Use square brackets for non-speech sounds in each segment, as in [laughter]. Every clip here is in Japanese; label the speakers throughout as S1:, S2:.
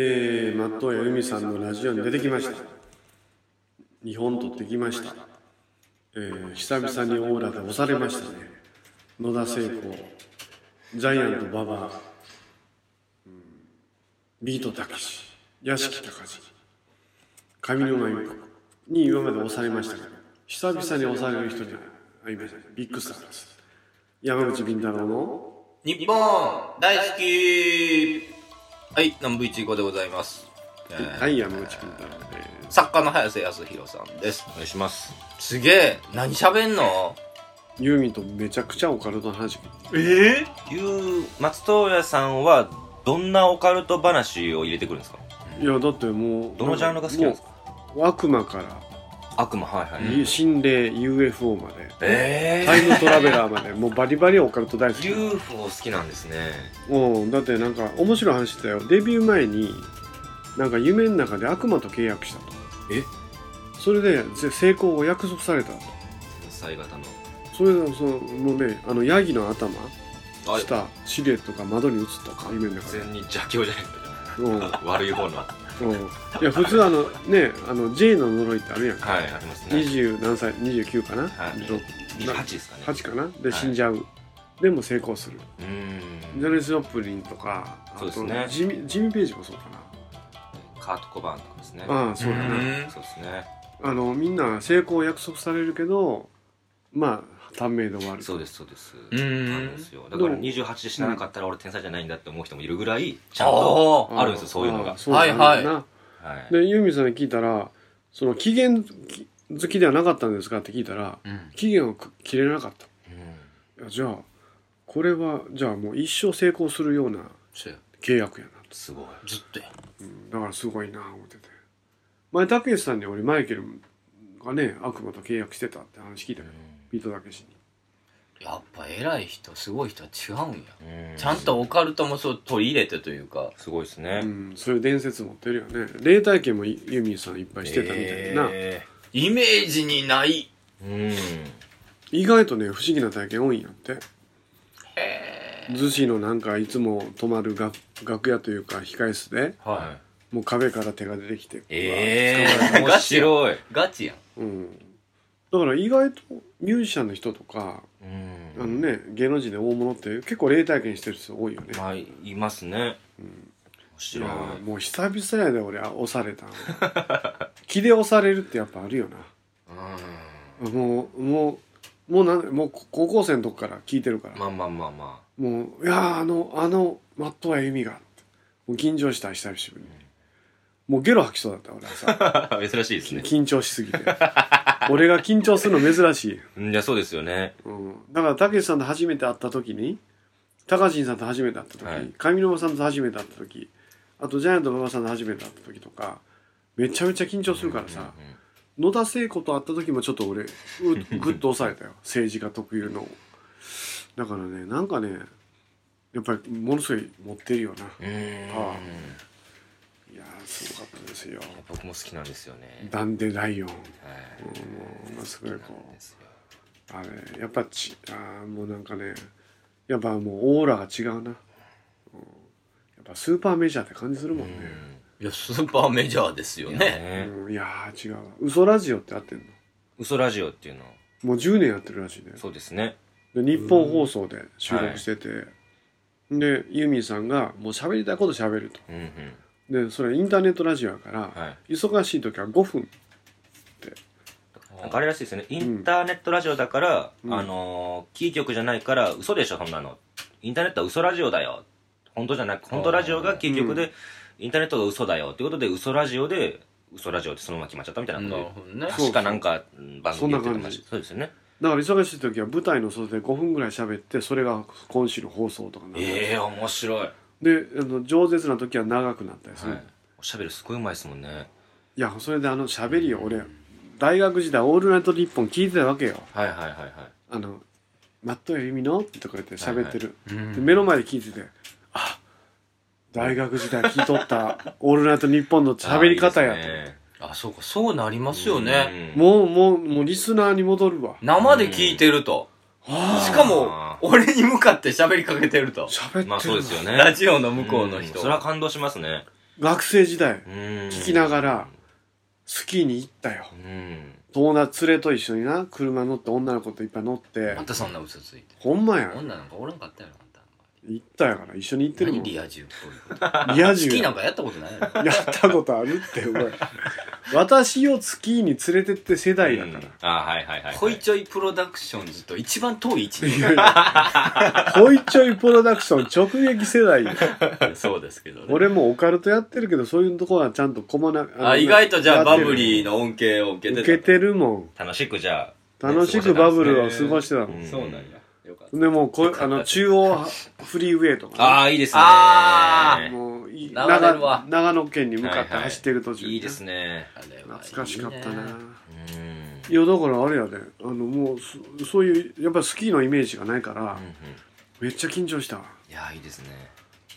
S1: えー、松任谷由実さんのラジオに出てきました。日本取ってきました。えー、久々にオーラで押されましたね。野田聖子、ジャイアント馬場、うん、ビートたけし、屋敷隆司、上沼恵美子に今まで押されましたけど、久々に押される人に会いました。ビッグスターです。山口敏太郎の
S2: 日本大好きはい、南部一号でございます。えー
S1: はい、山口敏太郎です。
S2: 作家の早瀬康弘さんです。
S3: お願いします。
S2: すげえ、何喋んの
S1: ユーミンとめちゃくちゃオカルトの話聞いて
S2: え
S3: ゆう、松任谷さんは、どんなオカルト話を入れてくるんですか
S1: いやだってもう
S3: どのジャンルが好きなんです
S1: か
S3: か
S1: 悪魔から
S3: 悪魔、はいはい。
S2: うん
S1: 心霊 UFO まで
S3: え
S1: タイムトラベラーま
S3: [laughs]
S1: でもうバリバリオカルト大好き
S3: UFO 好きなんですね。
S1: うんだってなんか面白い話してたよデビュー前になんか夢の中で悪魔と契約したと
S3: え
S1: それでぜ成功を約束されたと
S3: 天才型の。
S1: それでそのもうねあのヤギの頭
S3: あ
S1: したシルエットが窓に映ったから夢の中で
S3: 全に邪教じゃない
S1: うんうん
S3: ですか。悪い方の。はい
S1: や普通あのねあの J の呪いってあるやんか、
S3: い、ありますね。
S1: 二十何歳29かな、
S3: はい
S1: 六な
S3: 28ですかね。
S1: 8かなで
S3: い
S1: 死んじゃう、でも成功する
S3: うー
S1: ジャ
S3: ん。
S1: ニス・ジョプリンとかあ
S3: そうです
S1: と
S3: ね
S1: ジミジミー・ページもそうかな
S3: カート・コバーンとかですね。
S1: ああそうだね
S2: うん
S3: そうですね。
S1: あのみんな成功を約束されるけどまあ短命で終わる
S3: そうです、そうです。
S2: うーん
S3: あるんですよ。だから
S1: でも
S3: 28で死ななかったら俺天才じゃないんだって思う人もいるぐらい、ち
S2: ー、
S3: ゃんと。
S2: あ
S1: ー
S3: あるんですよそういうのが
S1: あーそだな
S2: はいは
S3: はい。
S1: でユーミンさんに聞いたらその期限き好きではなかったんですかって聞いたら
S2: ーうん。
S1: 期限をく切れなかったい
S3: うん
S1: やじゃあこれはじゃあもう一生成功するような
S2: そうや
S1: 契約やなと
S3: すごい。
S2: ずっとや。
S1: うんだからすごいな思ってて前たけしさんに俺マイケルがね悪魔と契約してたって話聞いたけどビートたけしに
S2: やっぱ偉い人、すごい人は違うんや。
S3: うん
S2: ちゃんとオカルトもそう取り入れてというか。
S3: すごいですね。
S1: うん、そういう伝説持ってるよね霊体験もユユーミンさんいっぱいしてたみたいな、
S3: え
S2: イメージにない。
S3: ー
S1: 意外とね不思議な体験多いんやって
S2: へ
S1: 逗子のなんかいつも泊まるが楽屋というか控室で
S2: ー。
S3: うん。
S2: は
S3: はい。
S1: もう壁から手が出てきて
S3: え
S2: うわ
S3: えー、面白い。
S2: い。ガチやん。
S1: うん、だから意外とミュージシャンの人とか
S3: う
S1: あの
S3: ん。
S1: ね芸能人で大物って結構霊体験してる人多いよね
S3: まあ、いますね。面
S1: い
S3: 白
S1: や
S3: い。
S1: ーもう久々やで俺あ押されたの
S3: [laughs]
S1: 気で押されるってやっぱあるよな
S3: う
S1: もうもうもうなんもう高校生の時から聞いてるから、
S3: ん。まあまあまあま
S1: もういやーあのあの松任谷由実がもう緊張した久しぶりにもうゲロ吐きそうだった俺は
S3: [laughs]
S1: さ
S3: あ。珍しいですね。
S1: 緊張しすぎて俺が緊張するの珍しい、
S3: うんいや、そうですよね。
S1: うん、だからたけしさんと初めて会った時に高橋さんと初めて会った時、
S3: はい
S1: 上沼さんと初めて会った時あとジャイアント馬場さんと初めて会った時とかめちゃめちゃ緊張するからさ、
S3: うんうん
S1: 野田聖子と会った時もちょっと俺うグッと抑えたよ [laughs] 政治家特有のだからねなんかねやっぱりものすごい持ってるよな
S3: うーん
S1: ああいやーすごかったですよ
S3: 僕も好きなんですよね。
S1: ダンデライオン
S3: はい。
S1: うんものすごいこ
S3: なんですよ
S1: うあれやっぱちあーもうなんかねやっぱもうオーラが違うな、うんやっぱスーパーメジャーって感じするもんね
S2: いや、スーパーメジャーですよ
S3: うん
S2: ね。
S1: うん、
S3: ね
S1: いやー違うわ嘘ラジオってあってんの
S3: 嘘ラジオっていうのは
S1: もう10年やってるらしいね
S3: そうですね。
S1: で日本放送で収録してて、でユーミンさんがもう喋りたいこと喋ると
S3: うんうん。
S1: でそれインターネットラジオやから、
S3: はい。
S1: 忙しい時は5分
S3: なんかあれらしいですね。インターネットラジオだから、
S1: うん
S3: あのー、キー局じゃないから、嘘でしょ、そんなの。インターネットは嘘ラジオだよ。本当じゃなく、本当ラジオがキー局で、インターネットが嘘だよ。ということで、嘘ラジオで、嘘ラジオってそのまま決まっちゃったみたいな
S2: なる
S3: こ
S2: ほど
S3: と
S2: ね
S3: で。。
S1: そうそう
S3: 確かなんか、うん番組やってたらしいそうですよね。
S1: だから忙しい時は舞台の外で5分ぐらい喋ってそれが今週の放送とかなる
S3: ええ、面白い。はい。
S1: であの饒舌な時は長くなったりする、い、
S3: おしゃべりすごいうまいですもんね。
S1: やそれであの喋りを俺大学時代「オールナイトニッポン」聞いてたわけよ
S3: はいはいはいはい。
S1: 「あのマットや由美の?」とか言って喋ってる、
S2: うん
S1: で目の前で聞いててあ大学時代聞いとった「オールナイトニッポン」の喋り方やと
S3: ああいいですね
S2: あ、そうか、そうなりますよね。
S3: うん
S1: もうもうもうリスナーに戻るわ
S2: 生で聞いてると。しかも
S3: あ、
S2: 俺に向かって喋りかけてると。
S1: 喋ってるな
S3: まあそうですよね。
S2: ラジオの向こうの
S3: うん
S2: 人
S3: それ。は感動しますね。
S1: 学生時代
S3: 聞
S1: 聞きながらスキーに行ったよ
S3: うん
S1: 友達連れと一緒にな車乗って女の子といっぱい乗って
S2: またそんな嘘ついて
S1: ほんまや
S2: 女なんかおらんかったよなあんた
S1: 行ったやから一緒に行ってるも
S2: 何
S1: んリ
S2: リア充っぽい
S1: ア
S2: ス
S1: 充
S2: キーな
S1: や
S2: んかやったことないや
S1: [laughs]
S2: ろ
S1: ったことあるってお
S2: [laughs]
S1: 前私をスキーに連れてって世代やから、
S3: あはいはいはい
S2: ホイチョイプロダクションズと一番遠い位置に
S1: ホイチョイプロダクション直撃世代よ
S3: そうですけどね
S1: 俺もオカルトやってるけどそういうとこはちゃんとこまな
S2: あ意外とじゃあバブリー
S1: の
S2: の恩恵を受けて
S1: 受け
S2: た
S1: てるもん
S3: 楽しくじゃ
S1: 楽しくバブルを過ごしてたも
S3: うんん
S2: そうなんやよかった
S1: でもうこうあの中央フリーウェイとかね、
S3: あああいいですね
S2: あー
S1: もうい
S2: 流れるわ
S1: 長長野県に向かって走ってる途中、
S3: いいですね
S2: あれはいいね
S1: 懐かしかったな、
S3: うん
S1: いやだからあれやねあのもうそそういうやっぱスキーのイメージがないから
S3: うんうん
S1: めっちゃ緊張したわ
S3: いやいいですね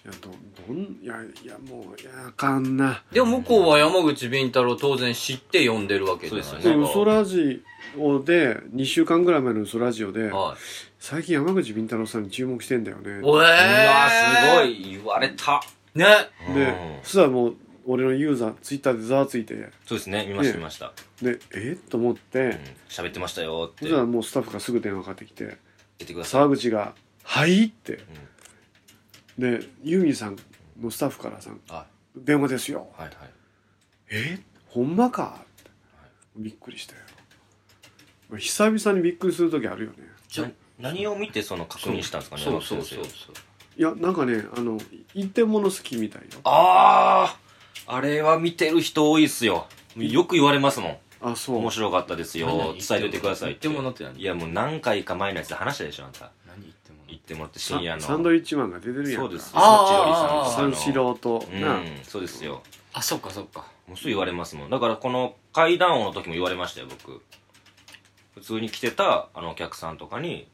S1: やっとどんいやいやもういやあかんな
S2: でも向こうは山口敏太郎当然知って読んでるわけじゃない
S3: そうです
S1: で
S3: よね
S1: ウソラジオで2週間ぐらい前のウソラジオで
S2: はい
S1: 最近山口敏太郎さんに注目してんだよね
S2: おえー、
S3: うわすごい言われた
S2: ね
S3: うん
S1: でそしたらもう俺のユーザーツイッターでざわついて
S3: そうですね見ました
S1: ね
S3: 見ました
S1: でえっと思って
S3: うん喋ってましたよっ
S1: そ
S3: て
S1: した
S3: 言
S1: らもうスタッフがすぐ電話かかってきて
S3: ってください
S1: 沢口が「はい?」って、でユーミンさんのスタッフからさん
S3: は
S1: 「電話ですよ」
S3: いはいはい
S1: えほんまかってびっくりしたよ久々にびっくりする時あるよね
S2: ちょ
S3: な何を見てその確認したんですかね
S2: そうそうそうそう
S3: 山口先
S1: いやなんかねあの一点物好きみたいよ
S3: あああれは見てる人多いっすよよく言われますもん
S1: あそう
S3: 面白かったですよ伝えといてくださいっ
S2: って
S3: て
S2: ものって何
S3: いやもう何回か前のやつで話したでしょあんた
S2: 何言ってもの
S3: 言ってもらって
S1: さ
S3: 深夜の
S1: サンドイッチマンが出てるやんか
S3: そうです
S2: あー
S1: 三四郎と
S3: うん
S1: な
S3: そうですよ
S2: あそっかそっか
S3: もうすぐ言われますもんだからこの階段王の時も言われましたよ僕普通に来てたあのお客さんとかに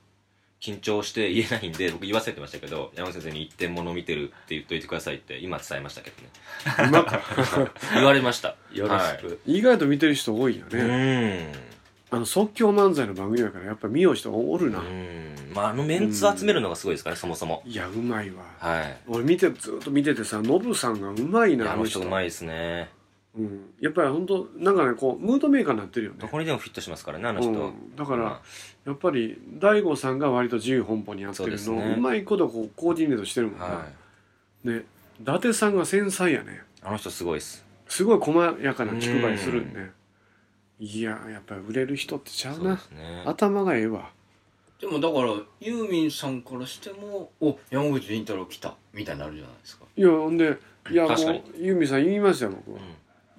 S3: 緊張して言えないんで僕言わせてましたけど山口先生に一点物見てるって言っといてくださいって今伝えましたけどね
S1: 今から
S3: [laughs] 言われました
S2: よろしく、
S1: 意外と見てる人多いよ
S3: はい、
S1: [laughs]
S3: う
S1: ね
S3: ん
S1: あの即興漫才の番組だからやっぱ見よう人がおるな
S3: うんまああのメンツ集めるのがすごいですからねそもそも
S1: いやうまいわ
S3: はい
S1: 俺見てずっと見ててさノブさんがうまい
S3: いや
S1: な
S3: あの人うまいですね
S1: うんやっぱり本当なんかねこうムードメーカーになってるよね
S3: どこにでもフィットしますからねあの人、
S1: うん、だから、
S3: ま
S1: やっぱり大悟さんが割と自由奔放にやってる
S3: そ
S1: の
S3: う
S1: う,、
S3: ですね
S1: まいことこうコーディネートしてるもんな、
S3: はい
S1: ね伊達さんが繊細やね
S3: あの人すごいです
S1: すごい細やかな気配りするんねいややっぱり売れる人ってちゃう
S3: そうで
S1: な
S3: すね
S1: 頭がええわ
S2: でもだからユーミンさんからしても「お山口倫太郎来た」みたいになるじゃないですか
S1: いやほんでいやもう
S3: 確かに
S1: ユーミンさん言いましたよ僕
S3: う
S1: は、
S3: ん
S1: い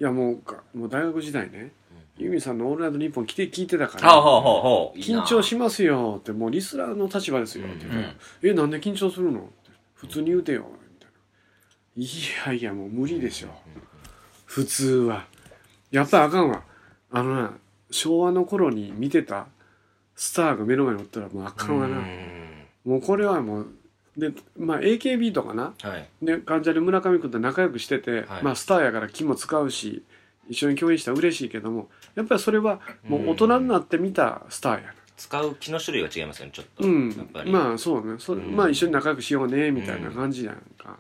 S1: やもうかもう大学時代ね、ユーミンさんの「オールナイトニッポン」来て聞いてたから、
S2: はあはあはあ
S1: 緊張しますよってもうリスナーの立場ですよって言ったら「えなんで緊張するの?」って普通に言うてよ」みたいな「いやいやもう無理でしょ普通はやっぱあかんわあのな昭和の頃に見てたスターが目の前におったらもうあかんわな
S3: うん
S1: もうこれはもうでまあ AKB とかな
S3: はい
S1: で関ジャニ村上君と仲良くしてて、
S3: はい
S1: まあスターやから気も使うし一緒に共演したら嬉しいけどもやっぱりそれはもう大人になって見たスターやな
S3: 使う気の種類が違いますよねちょっと、
S1: うん
S3: やっぱ、り、
S1: まあそうねそれ、
S3: うん
S1: まあ一緒に仲良くしようねみたいな感じやんか、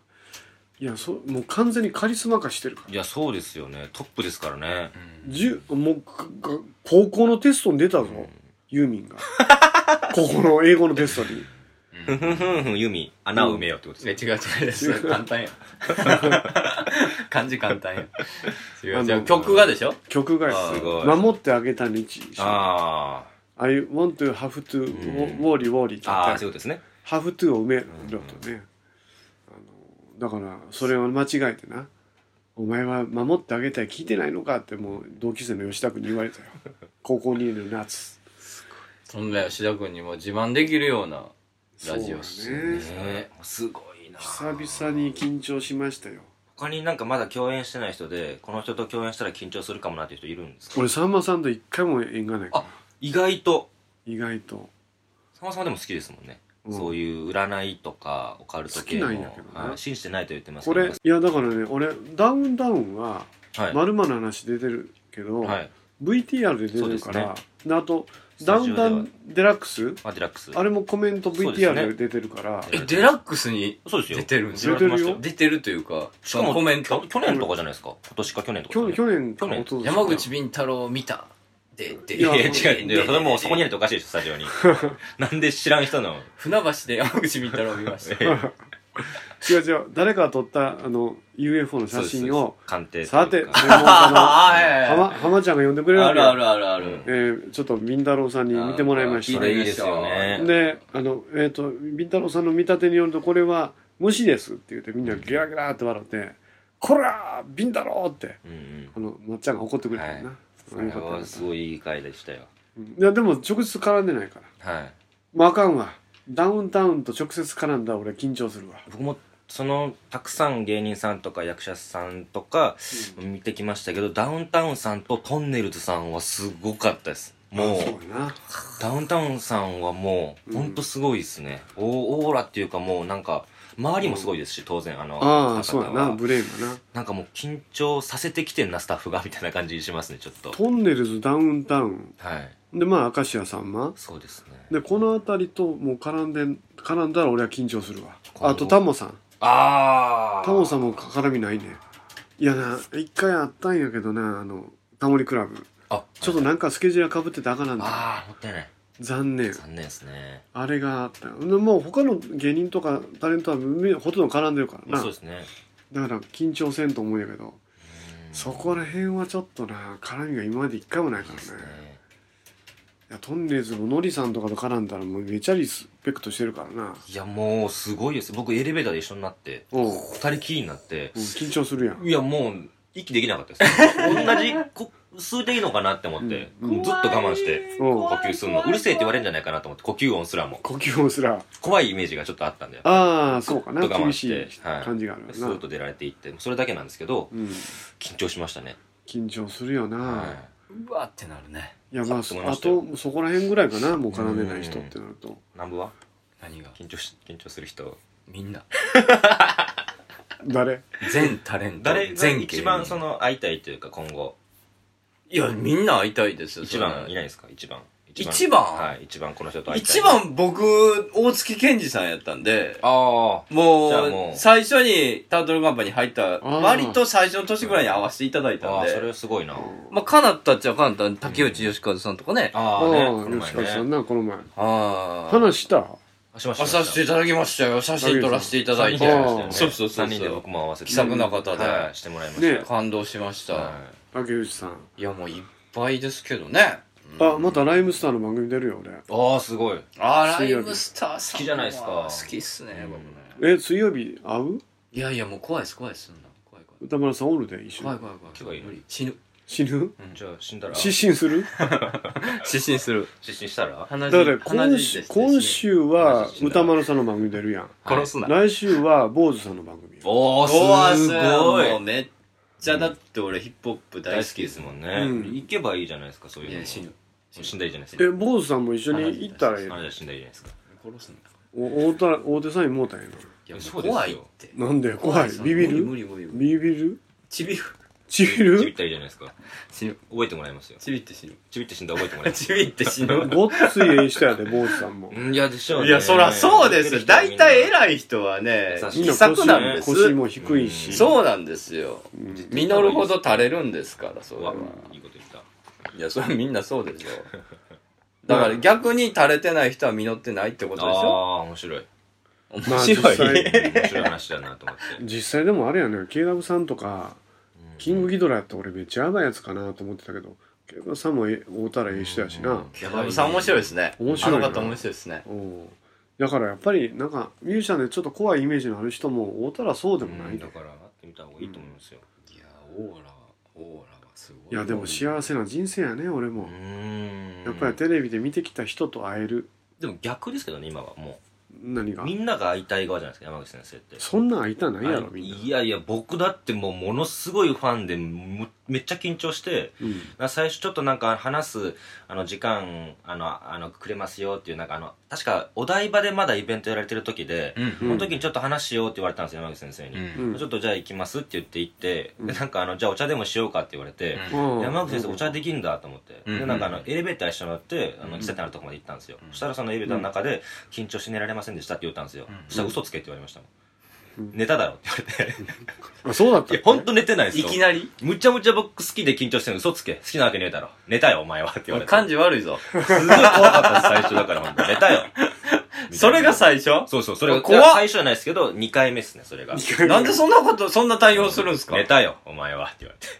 S1: いやそもう完全にカリスマ化してるから
S3: いやそうですよねトップですからね
S1: じゅもうかか高校のテストに出たぞ、ユーミンが [laughs] ここの英語のテストに
S3: ふんふんふんふんユミ穴を埋めようってこと
S2: いや
S3: で
S2: 違う [laughs] 違うそれ簡単や漢字簡単や違
S1: あ
S2: う
S1: の
S2: 違う曲がでしょ
S1: 曲が
S3: あーすごい
S1: 守ってあげた日
S3: すあ
S1: 「I want to have to
S3: ん
S1: worry worry」って
S3: あああそ
S1: 言
S3: う
S1: って
S3: いうことですね
S1: 「have to」を埋めろとね、あのだからそれを間違えてな「お前は守ってあげたい聞いてないのか」ってもう同級生の吉田君に言われ
S3: [laughs]
S1: たよ高校2年の夏
S2: そんな吉田君にも自慢できるようなラジオっすよね
S3: ねえすごいな
S1: 久々に緊張しましたよ
S3: 他になんかまだ共演してない人でこの人と共演したら緊張するかもなっていう人いるんですか
S1: 俺さんまさんと一回も縁がないから
S3: あ意外と
S1: 意外と
S3: さんまさんでも好きですもんね、
S1: うん
S3: そういう占いとかオカルト系
S1: 好
S3: も
S1: きなんやけどね
S3: はい信じてないと言ってますけ
S1: こ
S3: ど
S1: れいやだからね俺ダウンダウンは
S3: はい、
S1: 「まるの話」出てるけど、
S3: はい
S1: VTR で出てるか
S3: そう
S1: ら、であとダ
S3: タ
S1: ウ
S3: ジ
S1: ン
S3: オで
S1: タ
S3: は
S1: ウンデラックス
S3: まあデラックス
S1: あれもコメント
S3: そうですね
S1: VTR で出てるから、
S2: え、デラックスに
S3: そうですよ
S2: 出てるんですよ。
S1: 出てるよ
S2: 出てるというか、
S3: し
S2: そ
S3: か
S2: の
S3: も
S2: コメント
S3: 去。去年とかじゃないですか今年か去年とか
S1: 去
S3: です
S1: 年
S3: よ
S1: 去年か
S3: 去年
S1: 一昨年か
S2: 山口敏太郎を見た。で、で、
S1: いや
S3: いや
S1: 年
S3: 違ういやそれもうそこに
S2: で
S3: あるとおかしいでしょスタジオになんで知らん人の
S2: 船橋で山口敏太郎を見ました。
S1: 違う違う誰かが撮ったあの UFO の写真を
S3: 鑑定
S1: さて
S3: とい
S1: 専
S3: う
S1: 門
S3: か
S1: 家
S3: [laughs]
S1: の
S2: [laughs] ああ、はいはい
S1: 浜
S2: は
S1: 浜ちゃんが呼んでく
S2: い。
S1: れる
S2: あ
S1: わけ
S2: る
S1: よ
S2: あるあるある。
S1: えーちょっとビンタロウさんに見てもらいました
S2: あー
S3: いいですよね
S1: であのえっ、とビンタロウさんの見立てによるとこれは虫ですって言ってみんなギラギラって笑って「こらービンタロウ!」って
S3: うんうん
S1: あのまっちゃんが怒ってくれたよな、
S3: あ
S1: よ
S3: れ
S1: かったよかっ
S3: は
S1: た
S3: すごいいい回でしたよ
S1: うんいやでも直接絡んでないから
S3: はい
S1: まああかんわダウンタウンと直接絡んだら俺緊張するわ
S3: 僕もそのたくさん芸人さんとか役者さんとか見てきましたけど、ダウンタウンさんとトンネルズさんはすごかったですもう
S1: そうやな
S3: ダウンタウンさんはもう
S1: うん
S3: ほんとすごいですね、おオーラっていうかもうなんか周りもすごいですし当然あの
S1: あ
S3: 方
S1: あそうやな
S3: は
S1: ブレインだな
S3: なんかもう緊張させてきてんなスタッフがみたいな感じしますねちょっと
S1: トンネルズダウンタウン
S3: はい
S1: でまあ明石家さんま
S3: そうですね
S1: でこの辺りともう絡んで絡んだら俺は緊張するわ
S3: この
S1: あとタモさん
S3: ああ
S1: タモさんも絡みないねいやな一回あったんやけどなあのタモリクラブ
S3: あ
S1: ちょっとなんかスケジュールが被っててあかなんだ
S3: ああもったいない
S1: 残念
S3: 残念ですね
S1: あれがあったでもう他の芸人とかタレントはみほとんど絡んでるからな
S3: そうですね
S1: だから緊張せんと思うんやけど
S3: うん
S1: そこら辺はちょっとな絡みが今まで一回もない
S3: い
S1: か
S3: い
S1: ら
S3: です
S1: ね
S3: ね
S1: いやトンネルズもノリさんとかと絡んだらもうめちゃリスペクトしてるからない
S3: やもうすごいです僕エレベーターで一緒になって
S1: おううん
S3: 二人きりになって
S1: 緊張するやん
S3: いやもう息できなかったです同じこ吸うていいのかなって思って、
S1: うん
S3: ずっと我慢して
S1: うん
S3: 呼吸するのうるせえって言われるんじゃないかなと思って呼吸音すらも
S1: 呼吸音すら
S3: 怖いイメージがちょっとあったんで
S1: ああそうかな
S3: ちょっと我
S1: 厳
S3: 慢
S1: し
S3: し
S1: い
S3: てはい
S1: 感じがあるよ
S3: ス
S1: な、
S3: ーッと出られていってそれだけなんですけど
S1: うん、
S3: 緊張しましたね、
S1: 緊張するよな、
S3: は
S2: うわーってなるね。
S1: い、やまあ
S3: あそう思いま
S1: あ
S3: したよ
S1: とそこら辺ぐらいかなもう絡めない人ってなると
S3: い、南部は
S2: 何が
S3: 緊張し緊張する人
S2: みんな。
S1: 誰
S2: 全タレント。
S3: 誰が
S2: 全芸人
S3: 一番そ。の会いたいというか今後
S2: いや、みんな会いたいですよ。
S3: 一番いないですか一番
S2: 一番
S3: はい一番この人と会いた
S2: 一
S3: い
S2: 番僕、大月健二さんやったんで、
S3: ああ
S2: も
S3: じゃあ
S2: う、
S3: もう
S2: 最初にタートルカンパニー入った、
S1: ー
S2: 割と最初の年ぐらいに会わせていただいたん
S3: ああそれ
S2: で、
S3: はすごいな
S2: まあ、かなったっちゃかなった、竹内義和さんとかね。
S3: ああね
S1: あ
S3: こ
S1: あ
S3: の
S1: 吉
S3: 前
S1: 川さん
S3: ね
S1: なこの前
S2: ああ。
S1: 話した
S3: あしまし
S2: あ
S3: た
S2: させていただきましたよ。写真撮らせていただいて
S1: 三人でやりましたよ。ね
S2: そうそうそう
S3: 3人
S2: そ
S3: で
S2: う
S3: 僕。も合わせて
S2: 気さくな方で
S3: はいしてもらいました
S1: ね
S2: 感動しました。
S3: はい
S1: 竹内さん、
S2: いや、もういっぱいですけどね。
S1: あまたライムスターの番組出るよ
S3: ああすごい
S2: あー、ラ
S1: 水
S2: イ
S1: 曜日
S2: ムスターさんは
S3: 好きじゃないですか
S2: 好きっすね、僕ね。
S1: 俺え水曜日会う
S2: いやいや、もう怖いです、怖いです。そんな怖い怖い。
S1: 歌丸さんおるで一緒
S2: 怖い
S1: に
S2: 怖い怖い。
S3: 怖い
S2: 無理。死ぬ。
S1: 死ぬ
S3: じゃあ死んだら失
S1: 失神する
S2: 失神する。
S3: 神したら
S1: だ
S2: 鼻血
S1: から
S2: 鼻
S1: 今
S2: 血
S1: 週
S2: ですね
S1: 今週は
S3: 同じ時代
S1: 歌丸さんの番組出るやん
S2: 殺すな。
S1: 来週は坊主さんの番組
S3: おおす
S2: お
S3: ご
S2: ーもう
S3: い
S2: めっちゃ、だって俺ヒップホップ大
S3: 大
S2: 好
S3: 好
S2: き
S3: き
S2: で
S3: ですす
S2: も
S3: も
S2: ん。
S3: んね
S1: うん
S3: 行けばいいじゃないですかそう
S2: い
S3: いう
S2: や、
S3: の
S2: 死ぬ。
S3: 死んだらいいじゃないですか
S1: え坊主さんも一緒に行ったらええ
S3: あ
S1: の
S3: じゃあ死んだらいいじゃないですか
S2: 殺すな。
S1: お大田大手さんにもうたんや
S2: いや、
S3: そ
S2: もう
S3: うですよ
S2: 怖いって。
S1: ななんで怖い
S2: です
S1: ビビる
S2: 無理無理無理無理。
S1: ビビる
S2: ちびる。
S1: ちび
S3: ちびっ
S1: る
S3: たらいいじゃないですか
S2: 死ぬ。
S3: 覚えてもらいますよ
S2: ちびって死ぬ。
S3: [laughs] ちびって死んだら覚えてもらいます
S2: ちびって死ぬ。
S1: ごっついええ人やで坊主さんも
S3: うんいやでしょうね
S2: いや、そらそうですよ。大体偉い人はね、
S3: 優し
S1: み
S3: い
S1: ん
S2: 気
S1: な
S2: さく
S1: 腰,、
S2: なんです。
S1: 腰も低いし、
S3: うん
S2: そうなんですよ。
S1: うん
S2: 実るほど垂れるんですから、それは
S3: わ。いいこと言った
S2: いや、それはみんなそうですよ。だから逆に垂れてない人は実ってないってことでしょ
S3: ああ面白い
S2: 面白い。
S1: まあ実際
S3: 面白い話だなと思って
S1: 実際でもあれやね KW さんとか [laughs] キングギドラやったら俺めっちゃやばいやつかなと思ってたけど KW さんもえ会うたらええ人やしな、
S2: ヤバブさん面白いですね。
S1: 面白いな
S2: あの方面白いですね。
S1: おうだからやっぱりなんかミュージシャンでちょっと怖いイメージのある人も会うたらそうでもない、
S3: うん
S1: い
S3: だから会ってみた方がいいと思いますよ
S2: いや、オーラ、オーラがすごい。
S1: やでも幸せな人生やね俺も、
S3: ん
S1: やっぱりテレビで見てきた人と会える
S3: でも逆ですけどね今はも
S1: 何
S3: う
S1: が
S3: みんなが会いたい側じゃないですか山口先生って
S1: そんなん会いたないやろ
S3: あ
S1: みんない
S3: やいや僕だってもうものすごいファンでむっめっちゃ緊張して、
S1: うん
S3: な最初ちょっとなんか話すあの時間あのあのくれますよっていうなんかあの確かお台場でまだイベントやられてる時で、
S2: うん
S3: その時にちょっと話しようって言われたんですよ山口先生に、
S2: うん
S1: うん
S3: ちょっとじゃあ行きますって言って行って、
S1: ん
S3: でなんかあのじゃあお茶でもしようかって言われて、
S1: うん
S3: 山口先生お茶できるんだと思って、
S2: うん
S3: でなんかあのエレベーター一緒に乗ってあの喫茶店あるとこまで行ったんですよ、そしたらそのエレベーターの中で「緊張して寝られませんでした」って言ったんですよ、そしたら「嘘つけ」って言われましたもん、寝ただろって言われて
S1: あそうだった
S3: いや本当寝てないです
S2: い
S3: よ
S2: きなり
S3: むちゃむちゃ僕好きで緊張してるの嘘つけ。好きなわけねえだろ。寝たよ、お前は。って言われて。
S2: 感じ悪い [laughs] ぞ。
S3: すごい怖かったです、最初だから、ほん
S2: [laughs]
S3: と。寝たよ。
S2: それが最初
S3: そうそう、それが。
S2: 怖っ
S3: いや最初じゃないですけど、2回目っすね、それが。
S2: なんでそんなこと、そんな対応するんですか
S3: 寝たよ、お前は。って言われて。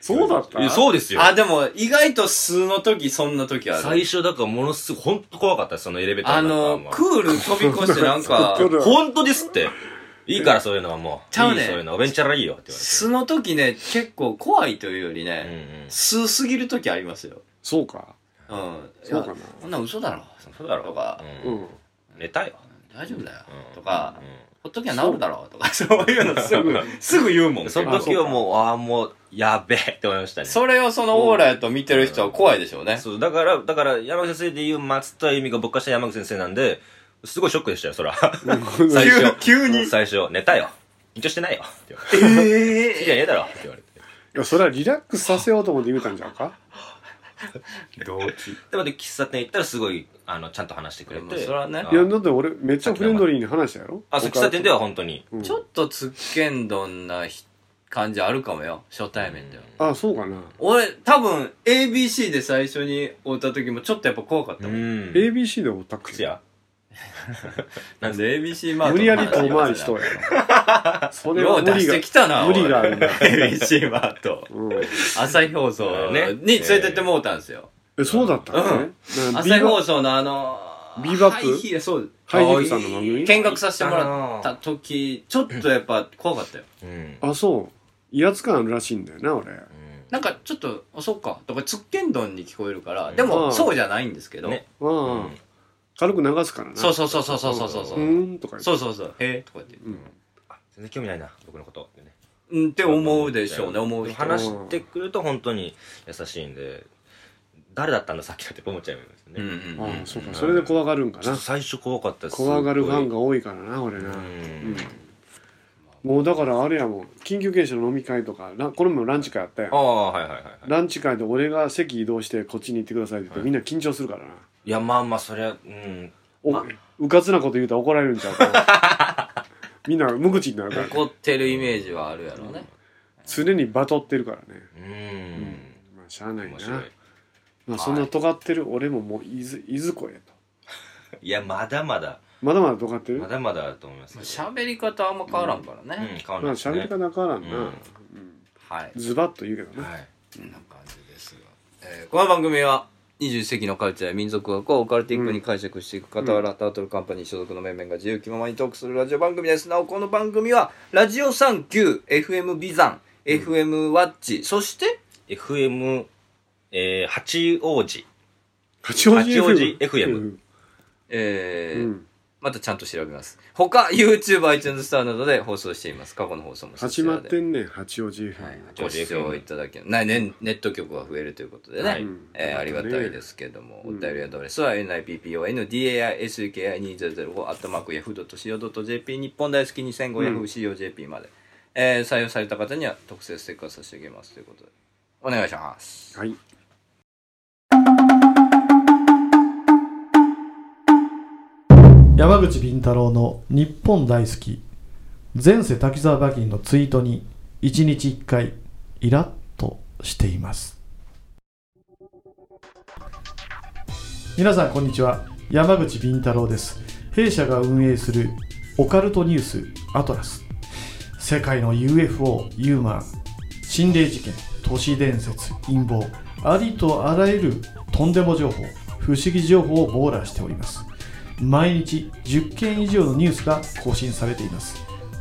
S1: そうだった
S3: いやそうですよ。
S2: あ、でも、意外と素の時、そんな時あ
S3: 最
S2: る。
S3: 初だからものすごい、ほんと怖かったです、そのエレベーター
S2: あ
S3: の
S2: の、クール飛び越してなん
S3: [laughs]
S2: か、
S1: 来る
S3: ほんとですって。いいから、そういうのはもう。
S2: ちゃうね
S3: いいそういうの。おべんちゃらいいよ、って言われて。
S2: 素の時ね、結構怖いというより
S3: う
S2: ね、
S3: んうん。
S2: 素すぎる時ありますよ。
S1: そうか
S2: うん。
S1: そうかない
S2: やこんなん嘘だろ。
S3: そうだろ
S2: とか、
S1: う
S3: うん
S1: [laughs]
S3: 寝たよ。
S2: 大丈夫だよ
S3: う。ん
S2: とか、
S3: うん
S2: ほっときゃ治るだろ。とか、 [laughs] そういうのすぐ、すぐ言うもん。
S3: その時はもう、ああー、もう、やべえって思いましたね。
S2: それをそのオーラやと見てる人は怖いでしょうね。
S3: そう、だから、だから、山口先生で言う松田由美が僕からしたら山口先生なんで、すごいショックでしたよ、そら。最初。
S2: 急急に
S3: 最初、寝たよ。緊張してないよ。って言われて。好 [laughs] きじ
S2: え
S3: ゃねえだろ。って言われて。
S1: いやそれはリラックスさせようと思って言うたんじゃんか
S2: え動機。
S3: で、また喫茶店行ったらすごい、あの、ちゃんと話してくれ
S2: まあ
S3: て。
S2: それはね
S3: あ
S1: いやだって俺めっちゃフレンドリーに話したやろ
S3: あ、そう、喫茶店では本当に。
S1: うん
S2: ちょっとつっけんどんなひ感じあるかもよ。初対面では。
S1: あそうかな
S2: 俺、多分、ABC で最初に会った時もちょっとやっぱ怖かった
S3: う
S2: もん。
S3: ん。
S1: ABC でおったく
S3: 靴や。
S2: なんで ABC マート
S1: 無理やり遠回りしと
S2: 人
S1: うやろそれ
S2: よ
S1: は
S2: う
S1: 無
S2: 出
S1: 理
S2: し
S1: が
S2: てきたな。
S1: 無理があるな
S2: [laughs] ABC マート。
S1: うん
S2: 朝日放送
S3: ね
S2: に連れてってもうたんですよ。
S1: えそうだったのねなんかビ
S2: 朝日
S1: ーバ
S2: 放送のあの、
S1: ビバップ
S2: ハイヒールそう。
S1: ハイヒールさんの番組
S2: 見学させてもらった時、ちょっとやっぱ怖かったよ。
S3: うん。
S1: あそう威圧感あるらしいんだよな俺
S3: うん
S2: なんかちょっと、あ、そっか、とか、つっけんどんに聞こえるから、
S3: ん
S2: で
S1: う
S2: も、
S1: ん
S2: そうじゃないんですけど、
S3: ね
S1: うん
S3: うん
S1: 軽く流すからな
S2: そうそうそうそうそうそうそう
S1: う
S2: そう、
S1: ーんとか言って
S2: そうそうそう、へえ、とか言って、
S1: うん
S3: あ全然興味ないな、僕のこと。ね
S2: うん、って思うでしょうね、思う人。
S3: 話してくると本当に優しいんで、誰だったんだ、さっきだって思っちゃいますよね。
S2: うんうん
S1: あ
S2: う
S1: あ
S2: ん。
S1: そうかそれで怖がるんか
S3: ちょっ
S1: な
S3: と最初怖かったです
S1: 怖がるファン
S3: が
S1: が多いからな俺な
S3: う
S1: うん
S3: ん
S1: もうだからあれやもん緊急検証の飲み会とかランこれもランチ会あったやん
S3: ああはいはいはいはい
S1: ランチ会で俺が席移動してこっちに行ってくださいって言ってみんな緊張するからない
S3: やまあまあそりゃうん
S1: おうかつなこと言うたら怒られるんちゃうか
S2: [laughs]
S1: みんな無口になるから
S2: 怒ってるイメージはあるやろうね。
S1: 常にバトってるからね
S3: う
S1: うん
S3: ん
S1: まあしゃあないな
S3: 面白い
S1: まあそんな尖ってる俺ももういずいずこへと
S3: いやまだまだ
S1: まだまだ尖ってる
S3: まだまだあると思います
S2: まあ
S3: けど
S2: 喋り方あんま変わらんから
S3: うん
S2: ね。
S3: 変わん
S1: ま
S3: な
S1: あ
S3: いです
S1: 喋り
S3: ね
S1: 方変わらんな、
S3: うん
S2: はい。
S1: ズバッと言うけどね
S3: はい
S2: こんな感じですが、えーこの番組は21世紀のカルチャーや民族学をオカルティックに解釈していく傍ら、タートルカンパニー所属の面々が自由気ままにトークするラジオ番組ですなおこの番組はラジオサンキュー FM ビザン FM ワッチ、そして
S3: FM えー八王子
S1: 八王子
S3: 八王子 FM
S2: え
S1: う
S2: ー
S1: ん、
S2: またちゃんと調べます他 YouTube、iTunes スターなどで放送しています過去の放送もそち
S1: 始
S2: ら
S1: まっ
S2: で
S1: てんねん八王子 FM、
S2: はい、ご視聴いただけない、ね、ネット局が増えるということでね、
S3: はい
S2: えーありがたいですけども、お便りアドレスは NIPPONDAISUKI2005 アットマーク Yahoo.co.jp 日本大好き2005 Yahoo.co.jp まで、えー採用された方には特製ステッカー差し上げますということでお願いします
S1: はい
S4: 山口敏太郎の日本大好き前世滝沢馬琴のツイートに1日1回イラッとしています皆さんこんにちは山口敏太郎です弊社が運営するオカルトニュースアトラス世界の UFO ユーマー心霊事件都市伝説陰謀ありとあらゆるとんでも情報不思議情報を網羅しております毎日10件以上のニュースが更新されています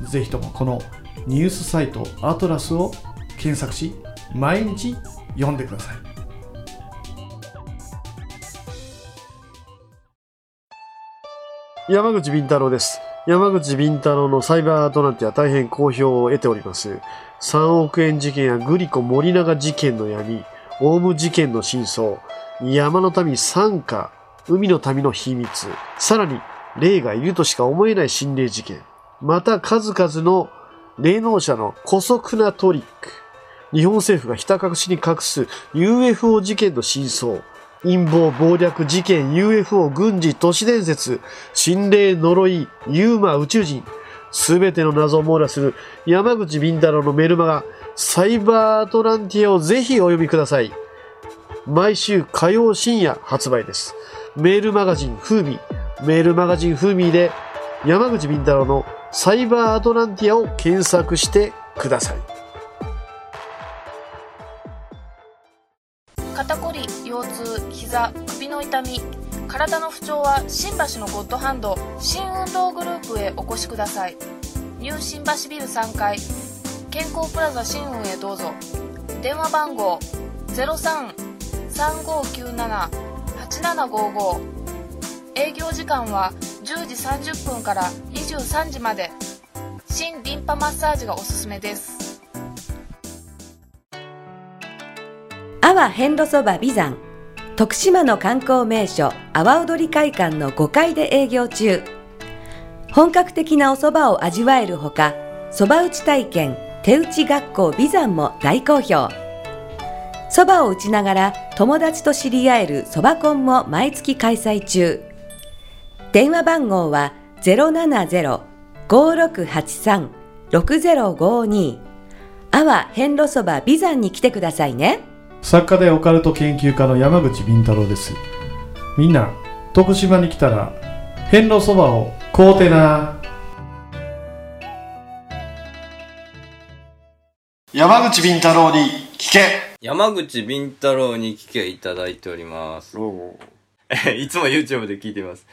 S4: ぜひともこのニュースサイトアトラスを検索し毎日読んでください
S5: 山口敏太郎です。山口敏太郎のサイバーアトランティア大変好評を得ております。 3億円事件やグリコ森永事件の闇、オウム事件の真相、山の民参加、海の民の秘密、さらに霊がいるとしか思えない心霊事件、また数々の霊能者の古速なトリック、日本政府がひた隠しに隠す UFO 事件の真相、陰謀、暴略、事件、UFO、軍事、都市伝説、心霊、呪い、ユーマ、宇宙人、すべての謎を網羅する山口敏太郎のメルマガ、サイバーアトランティアをぜひお読みください。毎週火曜深夜発売です。メールマガジンフーミー、メールマガジンフーミーで山口敏太郎のサイバーアトランティアを検索してください。
S6: 肩こり腰痛膝首の痛み体の不調は新橋のゴッドハンド新運動グループへお越しくださいニュー新橋ビル3階健康プラザ新運へどうぞ電話番号0335978755営業時間は10時30分から23時まで新リンパマッサージがおすすめです
S7: 阿波遍路そば美山徳島の観光名所阿波踊り会館の5階で営業中本格的なお蕎麦を味わえるほか蕎麦打ち体験手打ち学校美山も大好評蕎麦を打ちながら友達と知り合える蕎麦コンも毎月開催中電話番号は070-5683-6052阿波遍路そば美山に来てくださいね
S4: 作家でオカルト研究家の山口敏太郎ですみんな徳島に来たら遍路そばを買うてな
S5: 山口敏太郎に聞け
S2: 山口敏太郎に聞けいただいております。え [laughs] いつも YouTube で聞いています。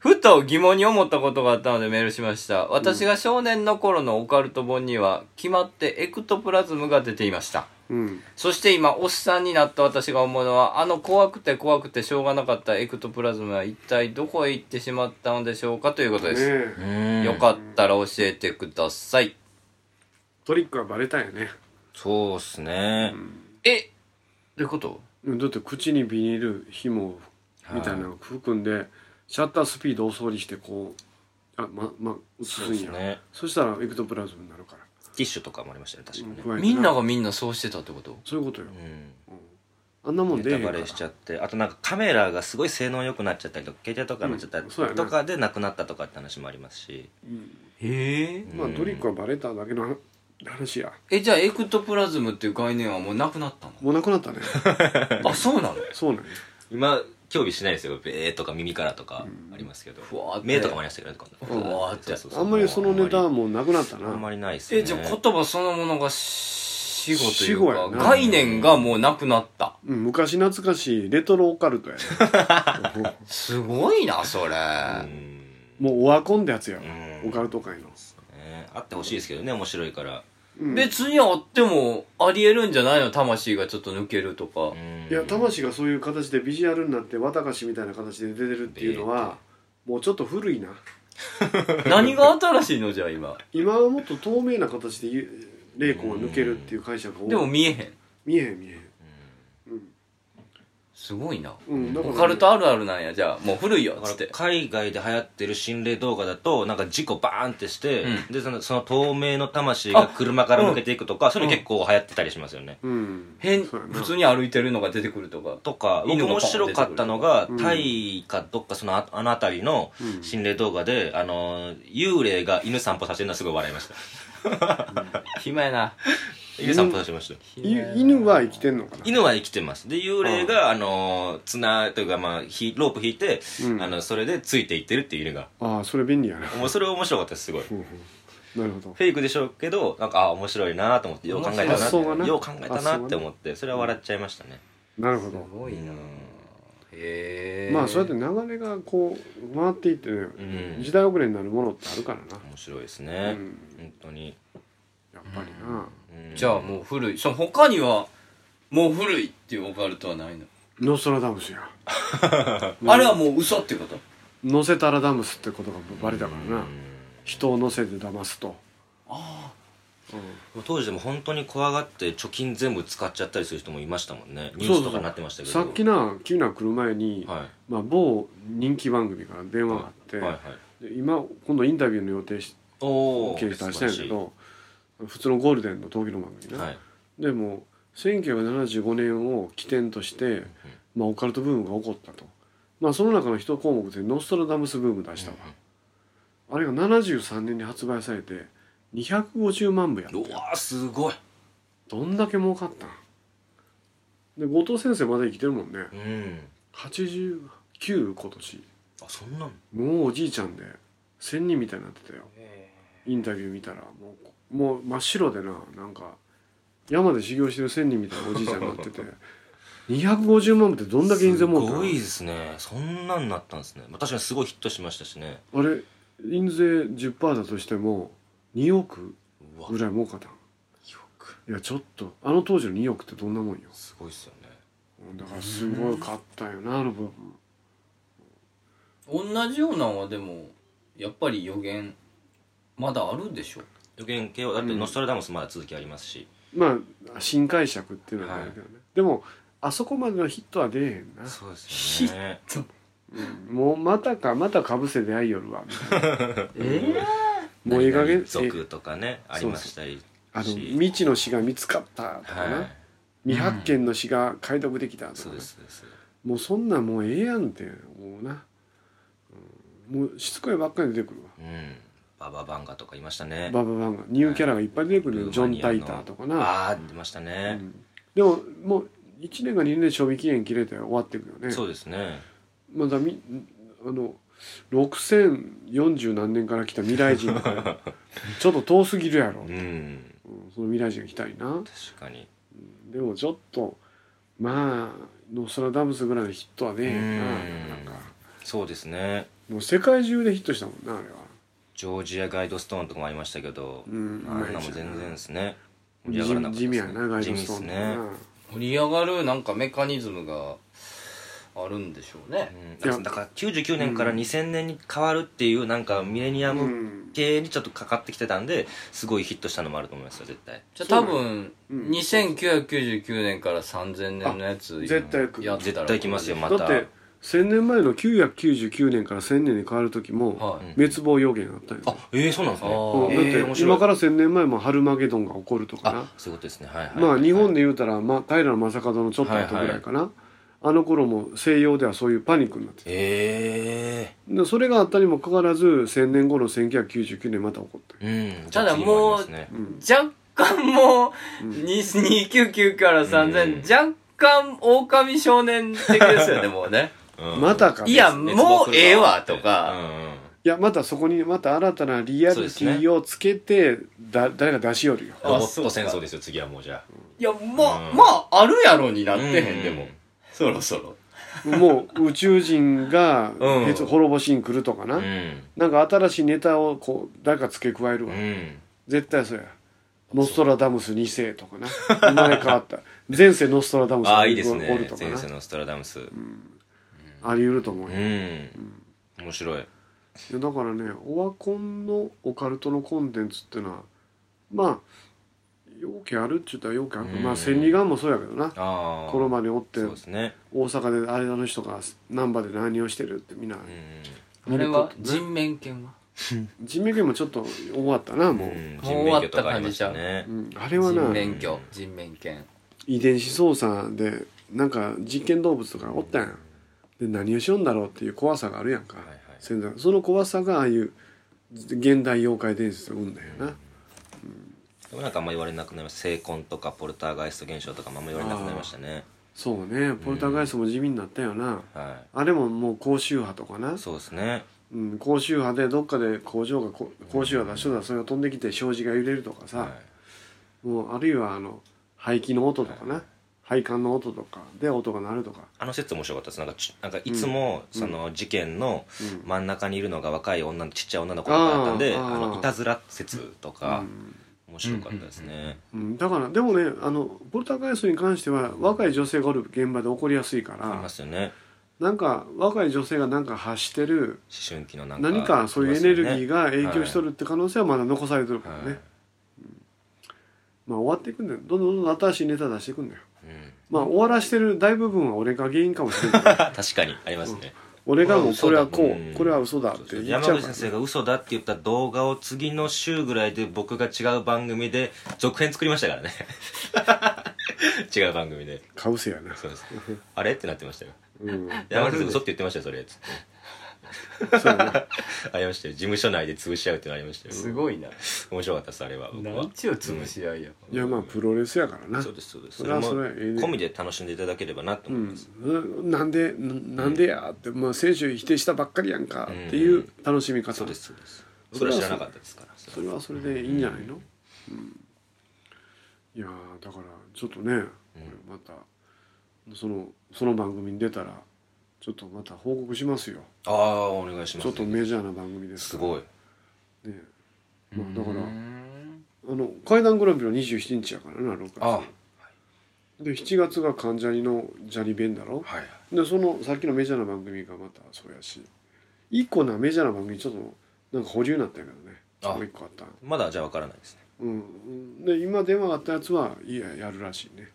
S2: ふと疑問に思ったことがあったのでメールしました。私が少年の頃のオカルト本には、決まってエクトプラズムが出ていました。
S1: うん。
S2: そして今、おっさんになった私が思うのは、あの怖くて怖くてしょうがなかったエクトプラズムは一体どこへ行ってしまったのでしょうかということ
S1: ね
S2: です。
S1: え
S3: うん
S2: よかったら教えてください。
S1: トリックはバレたよね。
S3: そうっすね、
S2: えどういうこと
S1: うんだって口にビニール紐みたいなのを含んで、シャッタースピードを掃除してこう、あ、ま、ま、映す
S3: そうっ
S1: ん
S3: す
S1: や。
S3: ね
S1: そしたらエクトプラズムになるから。
S3: ティッシュとかもありましたね確かにね
S1: 加えて
S2: みんながみんなそうしてたってこと
S1: そういうことよ
S3: う。ん
S1: あんなもんで
S3: ネタバレしちゃってあとなんかカメラがすごい性能良くなっちゃったりとか携帯とかになっちゃったり
S1: うんそうやな
S3: とかでなくなったとかって話もありますし、
S2: へえ。
S1: まあ
S3: うん
S1: トリックはバレただけの話や。
S2: え、じゃあエクトプラズムっていう概念はもうなくなったの
S1: もうなくな
S3: [laughs]
S1: ったね。
S2: あ、そうなの
S1: そうなんや。
S3: 今興味しないですよベーとか耳からとかありますけど、
S2: ふわーって
S3: 目とかもありましたけどね今度
S2: ふわーって
S3: そうそうそう
S1: あんまりそのネタ
S3: あ
S1: は
S3: んま
S1: もうなくなった
S3: りあん
S1: な。
S3: まりないですね
S2: え、じゃあ言葉そのものが死語とい
S1: 死語や
S2: うか、
S1: な
S2: 概念がもうなくなった。
S1: うん、昔懐かしいレトロオカルトやね。
S3: [laughs]
S2: すごいな、それ。
S3: うん
S1: もうオワコンってやつやわ
S3: う。ん
S1: オカルト界の。
S3: ねあってほしいですけどね面白いから
S1: うん
S2: 別にあってもありえるんじゃないの魂がちょっと抜けるとか
S1: [laughs]
S3: う。ん
S1: いや魂がそういう形でビジュアルになって綿菓子みたいな形で出てるっていうのはもうちょっと古いな
S2: 何が新しいのじゃあ今。
S1: 今はもっと透明な形でゆ霊魂が抜けるっていう解釈が多い
S2: でも見えへん。
S1: 見えへん見え
S2: すごいな。
S1: へん、うん、だから
S2: オ
S1: ね
S2: カルトあるあるなんや。じゃあもう古いよ、つっ
S3: だから
S2: て。
S3: 海外で流行ってる心霊動画だとなんか事故バーンってして、
S2: う
S3: でそのその透明の魂が車から抜けていくとか、そういうの結構流行ってたりしますよね、
S1: うん
S2: 変、
S1: そうやな
S2: 普通に歩いてるのが出てくるとか。
S3: とか僕
S2: 犬が
S3: 面白かったのが、
S1: うん
S3: タイかどっかそのああの辺りの
S1: うん
S3: 心霊動画で、あの幽霊が犬散歩させてるのはすごい笑いました
S2: 暇やな。
S3: 犬散歩させてましたよ
S1: い犬は生きてんのかな
S3: 犬は生きてますで幽霊があの綱というか、まあ、ひロープ引いて、
S1: うん
S3: あのそれでついていってるっていう犬が
S1: ああそれ便利やな [laughs]
S3: もうそれ面白かったですすごい
S1: なるほど
S3: フェイクでしょうけどなんかあ面白いなと思ってよう考えたな
S1: 発想がな
S3: よう考えたなって思ってそれは笑っちゃいましたね
S1: なるほ
S2: す
S1: ど
S2: ごいな。へえ。
S1: まあそうやって流れがこう回っていって
S3: う
S1: ね
S3: ん
S1: 時代遅れになるものってあるからな
S3: 面白いですね、
S1: うん
S3: 本当に、
S1: やっぱりな
S3: うん
S2: じゃあもう古い。その他には、もう古いっていうオカルトはないの。
S1: ノストラダムスや
S2: あれはもう嘘ってこと
S1: 乗せたらダムスってことがバレたからな人を乗せて騙すと
S3: もう当時でも本当に怖がって貯金全部使っちゃったりする人もいましたもんねニュースとかになってましたけど
S1: さっきな急な来る前に、
S3: は
S1: まあ、某人気番組から電
S3: い
S1: 話があって、
S3: はいはい
S1: で今今度インタビューの予定し
S3: おお
S1: 掲示出したんやけど普通のゴールデンの闘技の番組ね、
S3: はい
S1: でも1975年を起点として、まあ、オカルトブームが起こったと、まあ、その中の一項目でノストラダムスブーム出したわ、あれが73年に発売されて250万部やった
S3: うわーすごい
S1: どんだけ儲かったんで後藤先生まだ生きてるもんね
S3: うん
S1: 89今年
S3: あそんなん
S1: もうおじいちゃんで仙人みたいになってたよインタビュー見たらもうもう真っ白でななんか山で修行してる仙人みたいなおじいちゃんになって
S3: [laughs]
S1: て250万部ってどんだけ印税儲け
S3: す
S1: たの
S3: ごいですねそんなんなったんですねまあ確かにすごいヒットしましたしね
S1: あれ印税10%だとしても2億
S3: うわ
S1: ぐらい儲かったん
S3: 記憶
S1: いやちょっとあの当時の2億ってどんなもんよ
S3: すごいっすよね
S1: だからすごい買ったよなあの部分
S8: 同じようなんはでもやっぱり予言まだあるでしょ
S3: 予言系はだってノストラダムスまだ続きありますし、
S1: まあ新解釈っていうのはあるけどね、でもあそこまでのヒットは出えへんな、
S3: そうですよ
S1: [laughs]
S3: ね
S1: うんもうまたかまたかぶせで会いよる
S3: [laughs]
S1: わみたいな
S8: え
S1: もういい加減
S3: 何々族
S1: え
S3: とかねありましたり
S1: あの
S3: し
S1: 未知の死が見つかったとかな、
S3: はい
S1: 未発見の死が解読できたとか
S3: そう
S1: な、
S3: ですそうです
S1: もうそんなんもうええやんって思うな、うんもうしつこいばっかり出てくるわ
S3: うんバババンガとかいましたね
S1: バババンがニューキャラがいっぱい出てくるよ、
S3: ルーマニアの
S1: ジョン・タイターとかな
S3: ああー出ました
S1: う
S3: ね、
S1: んでももう1年か2年で賞味期限切れて終わっていくよね
S3: そうですね
S1: まだみあの6040何年から来た未来人だから
S3: [laughs]
S1: ちょっと遠すぎるやろ、
S3: う
S1: うん
S3: ん
S1: その未来人が来たいな
S3: 確かに
S1: でもちょっとまあノストラダムスぐらいのヒットはねえな
S3: うん
S1: なかなか
S3: そうですね
S1: もう世界中でヒットしたもんなあれは
S3: ジョージアガイドストーンとかもありましたけど、
S1: うん
S3: あんなも全然ですね盛り上がらな
S1: 地
S3: かった
S1: 地味やなガイドストーン
S3: 地味
S1: とか
S3: っすね
S1: な
S8: 盛り上がるなんかメカニズムがあるんでしょうね
S3: うんだからだから99年から2000年に変わるっていうなんかミレニア
S1: う
S3: ム
S1: ん
S3: 系にちょっとかかってきてたんですごいヒットしたのもあると思いますよ絶対
S8: じゃあ多分
S1: うん
S8: 2999年から3000年のやつ
S1: 絶対行く
S8: やってた
S3: 絶
S8: ら
S3: 対来ますよまた
S1: だって1000年前の999年から1000年に変わる時も
S8: はい
S3: うん
S1: 滅亡予言があったよね、
S3: あええそうなんですね
S8: あ
S1: うん
S8: ー
S1: だっ
S3: えー
S1: て
S3: 面白い
S1: 今から1000年前もハルマゲドンが起こるとかな
S3: あそういうことですねはいはい
S1: まあ日本で言うたら、まあ、平将門のちょっと後ぐらいかな、あの頃も西洋ではそういうパニックになってて
S3: え
S1: でそれがあったにもかかわらず1000年後の1999年また起こって
S3: えうん
S8: ただもう
S3: じゃあ
S1: うん
S3: 次ありますね
S8: 若干もう、299から3000、若干狼少年的です
S3: [laughs]
S8: よね、もうね。
S3: うん
S1: またか
S8: いや、
S1: い
S8: もうええわとか、
S1: やまたそこにまた新たなリアリティをつけて、だ誰か出しよるよ
S3: ロボッ
S8: そう
S3: ト
S8: か
S3: 戦争ですよ次はもうじゃ
S8: いや、ま
S3: う
S8: あ、
S3: ん
S8: まあ、あるやろにな
S3: あ
S8: ってへん、でも、そろそろ。
S1: もう宇宙人が
S8: うん
S1: へつ滅ぼしに来るとかな、
S3: うんうん
S1: なんか新しいネタをこう誰か付け加える
S3: う
S1: わ、
S3: ん
S1: 絶対そうやノストラダムス2世とかな生まれ変わ
S3: [laughs]
S1: った前世ノストラダムス
S3: あ
S1: が
S3: あいいですね
S1: おるとか
S3: 前
S1: な
S3: 世のストラダムスうん
S1: あり得ると思うよ、
S3: 面白
S1: い
S3: い
S1: やだからねオワコンのオカルトのコンテンツっていうのはまあ容器あるっちゅったら容器あるけど
S3: うん
S1: まあ千里眼もそうやけどな
S3: ああ
S1: この場におって
S3: そうですね
S1: 大阪であれあの人が難波で何をしてるってみんな
S3: うん
S8: あれは、
S1: 人
S8: 人面犬は
S1: 人命系もちょっと終わったなもう、
S3: ん
S8: もう終わった感じちゃう
S3: 人面
S1: う
S3: 魚とか
S1: んあ
S3: ありましたね
S1: れ
S8: 人
S1: はな
S8: 面魚、人面犬。
S1: 遺伝子操作でなんか実験動物とかおったやんで何をしようんだろうっていう怖さがあるやんか、
S3: はいはい
S1: 潜在その怖さがああいう現代妖怪伝説を生んだよな
S3: でもなんかあんま言われなくなりました成婚とかポルターガイスト現象とかもあんま言われなくなりましたね
S1: そうねポルターガイストも地味になったよな、
S3: は、
S1: あれももう高周波とかない
S3: そうですね
S1: うん、高周波でどっかで工場がこ高周波だ人だそれが飛んできて障子が揺れるとかさ、
S3: は
S1: もうあるいはあの排気の音とかな、配管の音とかで音が鳴るとか、
S3: あの説面白かったですなんかちなんかいつもその事件の
S1: うん
S3: 真ん中にいるのが若い女のちっちゃい女の子とかだったんで
S1: あ
S3: あ
S1: ーあー
S3: のいたずら説とか
S1: うん
S3: 面白かったですね
S1: うんだからでもねあのポルターガイストに関しては若い女性がおる現場で起こりやすいか
S3: ありま
S1: ら
S3: すよね
S1: なんか若い女性がなんか発してる
S3: 思春期のなんか
S1: 何かそういうエネルギー
S3: が
S1: が影響しとるって可能性はまだ残されてるからね、
S3: はい
S1: まあ終わっていくんだよどんどんどんどん新しいネタ出していくんだよ
S3: うん
S1: まあ終わらしてる大部分は俺が原因かもしれない
S3: [laughs]
S1: けど
S3: 確かにありますね、
S1: 俺がもうこれは
S3: う
S1: こ
S3: ん
S1: うこれは嘘だって言っ
S3: 山
S1: ちゃう
S3: 口
S1: から
S3: 先生が嘘だって言った動画を次の週ぐらいで僕が違う番組で続編作りまし
S1: [laughs]
S3: たからね違う番組で
S1: かぶせやな
S3: そ
S1: [laughs]
S3: うですあれってなってましたよ
S1: うん
S3: 山口先生嘘って言ってましたよそれつって
S1: そうやな
S3: [laughs] ありましたよ事務所内で潰し合うってのありましたよ
S8: すごいな
S3: 面白かったですあれは僕は
S8: 何ちゅう潰し合いや
S1: いやまあプロレスやからな
S3: そうですそうです
S1: それはそれはええね
S3: 込みで楽しんでいただければなと
S1: う
S3: 思いま
S1: ん
S3: す、、
S1: なんでななんでやって、まあ、選手否定したばっかりやんかっていう楽しみ方、
S3: そうですそうです僕ら知らなかったですから
S1: それはそれでいいんじゃないの、うんいやーだからちょっとね、またそのその番組に出たらちょっとまた報告しますよ
S3: ああお願いし
S1: ち
S3: ます
S1: ょっとメジャーな番組です
S3: す
S1: から
S3: ごい
S1: ねまあ、だからあの怪談グランプリは27日やからな6月
S3: あ
S1: で7月が関ジャニのジャニ弁だろ、
S3: はい
S1: でそのさっきのメジャーな番組がまたそうやし一個なメジャーな番組ちょっとなんか保留になったんやけど
S3: あ
S1: ねもう一個あったん
S3: まだじゃあ分からないですね
S1: うんで今電話があったやつはいややるらしいね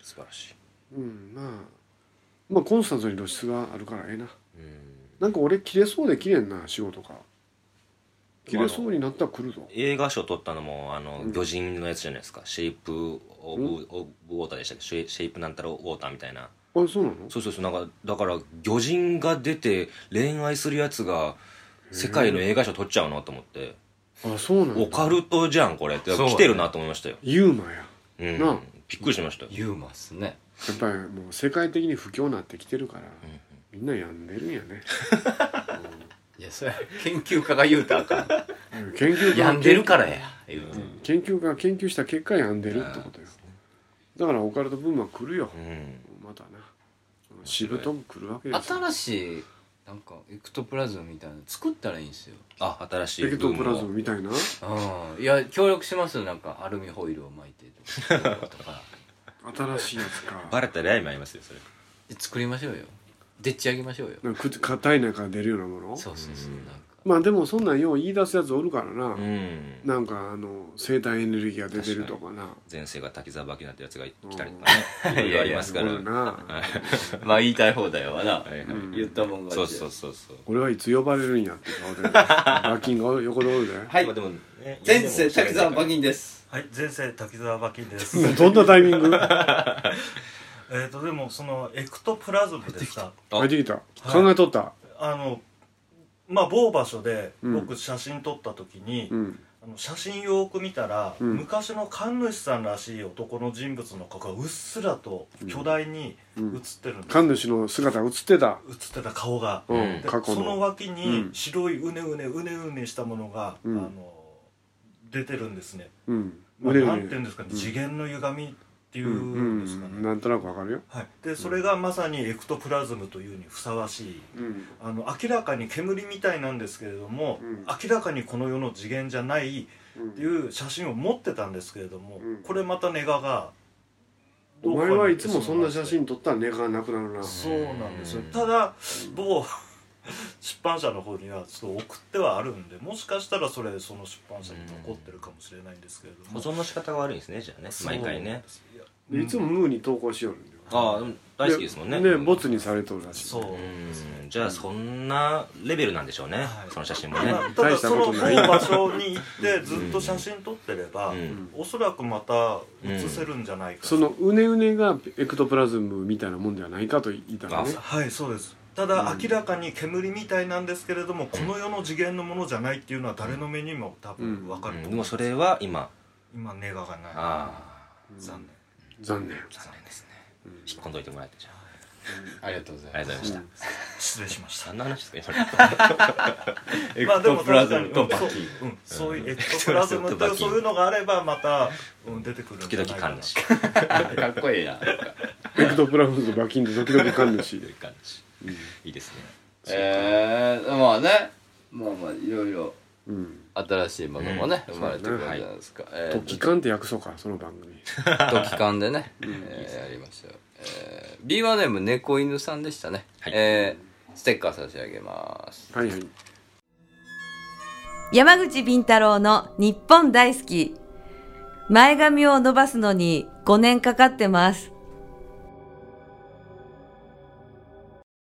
S3: 素晴らしい
S1: うんまあまあコンスタントに露出があるからええな
S3: うん
S1: なんか俺切れそうで切れんな仕事が切れそうになったら来るぞ
S3: 映画賞取ったのもあの魚人のやつじゃないですか、シェイプ・オブ・オブ・ウォーターでしたっけシェイシェイプなんたらウォーターみたいな
S1: あそうなの
S3: そうそうそうなんかだから魚人が出て恋愛するやつが世界の映画賞取っちゃうのと思って
S1: あそうな
S3: オ
S1: の
S3: カルトじゃんこれって
S8: そう
S3: 来てるなと思いましたよ、
S1: ユーマや
S3: うん
S1: なあ
S3: びっくりしましたよ
S8: ユーマっすね
S1: やっぱりもう世界的に不況になってきてるから、みんな病んでるんやね
S8: いやそれ研究家が言うたらあ
S1: [laughs]
S8: かん
S1: うん研究家
S8: 病んでるからや言うて
S1: 研究家が研究した結果病んでるってことよだからオカルトブームは来るよ
S3: う、ん
S1: またなしぶとく来るわけですよ
S8: 新しいなんかエクトプラズムみたいなの作ったらいいんですよ
S3: あ新しい
S1: ペケト
S3: ブ
S1: プ
S3: ーム
S1: ラ
S3: を
S1: ズムみたいな
S8: うんいや協力しますよなんかアルミホイルを巻いてと
S1: [laughs]
S8: かとか
S1: 新しいやつか
S3: バレたら今ありますよそれ
S8: で作りましょうよでっち上げましょうよ
S1: なんかく硬い中から出るようなもの
S8: そうそうそうなんか
S1: まあでもそんなんよう言い出すやつおるからな、
S3: うん
S1: なんかあの生体エネルギーが出てるとかな
S3: 前世が滝沢バキなってやつが来たりとか
S8: う
S3: ね
S8: ん
S3: [laughs] いろいろあります
S1: す
S3: か
S1: ご
S3: ら
S1: いな
S3: はい
S8: まあ言いたい放題はな
S3: はいはい
S8: 言ったもんが
S3: そうそうそうそう
S1: [laughs] 俺はいつ呼ばれるんやって顔でバッキンが横でおるで
S8: はい
S3: まあでもね
S8: 前世滝沢馬琴です
S9: はい、前世滝沢馬琴です。
S1: どんなタイミング
S9: えっと、でも、そのエクトプラズムでさ、
S1: 入ってきた考えとった、
S9: あの。まあ、某場所で、
S1: うん
S9: 僕写真撮った時に、
S1: うん
S9: あの写真よーく見たら、
S1: うん
S9: 昔の神主さんらしい男の人物の顔がうっすらと巨大に
S1: うん
S9: 映ってるんです、
S1: 神主の姿が映ってた、
S9: 映ってた顔が、
S1: うん
S3: うん
S9: で
S1: 過去
S9: その
S1: の
S9: 脇
S1: う
S9: に
S1: ん
S9: 白いうねうねうねうねしたものが、
S1: うん
S9: あの出てるんですね、
S1: うん
S9: まあ、
S1: 腕を
S9: なん
S1: ね
S9: ていうんですかね、
S1: うん
S9: 次元の歪みってい
S1: うん
S9: うんですかね、
S1: うんなんとなくわかるよ、
S9: はい、でそれがまさにエクトプラズムというにふさわしい
S1: うん
S9: あの明らかに煙みたいなんですけれども、
S1: うん
S9: 明らかにこの世の次元じゃないっていう写真を持ってたんですけれども、
S1: うん
S9: これまたネガが
S1: お前はいつもそんな写真
S9: 撮
S1: 撮ったら値がなくなるな
S9: そうなんですよただ某 [laughs] 出版社の方にはちょっと送ってはあるんでもしかしたらそれその出版社に残ってるかもしれないんですけれど
S3: 保
S9: も、
S3: 存の仕方が悪いんですねじゃあね毎回ね
S1: いつもムーに投稿しよるんだよ
S3: ああでも大好きですもんね
S1: でボツにされとるらしい
S9: そう、
S3: うんじゃあそんなレベルなんでしょうね、
S9: はい
S3: その写真もね、
S9: まあた
S1: 大
S9: だ
S1: した
S9: そ
S1: こ
S9: の
S1: と
S9: 某
S1: ない
S9: 場所に行ってずっと写真撮ってれば、
S3: うん
S9: おそらくまた写せるんじゃないか、
S1: そのうねうねがエクトプラズムみたいなもんではないかと言いたらね
S9: はいそうですただ明らかに煙みたいなんですけれども、この世の次元のものじゃないっていうのは誰の目にも多分分か
S3: う
S9: る
S3: ん、
S9: と思
S3: で
S9: う、
S3: もそれは今
S9: 今ネガがない
S3: ああ
S9: 残
S1: 残念
S3: 残念ですね、引っ込んどいてもらえてじゃあ
S8: ありがとうござい
S3: あ
S8: ま
S3: り
S8: す
S3: がとうございまし
S9: 念失礼しましたた
S3: 何の話ですか今
S8: エ
S9: [laughs] まあ
S8: ク
S9: で
S8: ト
S9: も
S8: プラ
S9: 確
S8: ズ
S9: か
S8: ムと
S9: に、うん、そう
S8: バキ
S9: うんそういうエクトプラズムというそういうのがあればまた、うん、出てくるん
S3: 時
S9: じゃな
S3: 々
S9: いかな
S3: 感じ
S8: かっこいいな
S1: エクトプラズムバキンで時々神主
S3: 時々感じいいですね
S8: ええまあねまあまあいろいろ
S1: うん
S8: 新しいものもね
S1: ん
S8: 生まれてくるんじゃないですかえ
S1: 時間って訳そうかその番組
S8: ーと期間でねえーやりましょうえー B1 ネーム猫犬さんでしたね
S3: はい
S8: えーステッカー差し上げます
S1: はいはい
S7: 山口敏太郎の日本大好き前髪を伸ばすのに5年かかってます。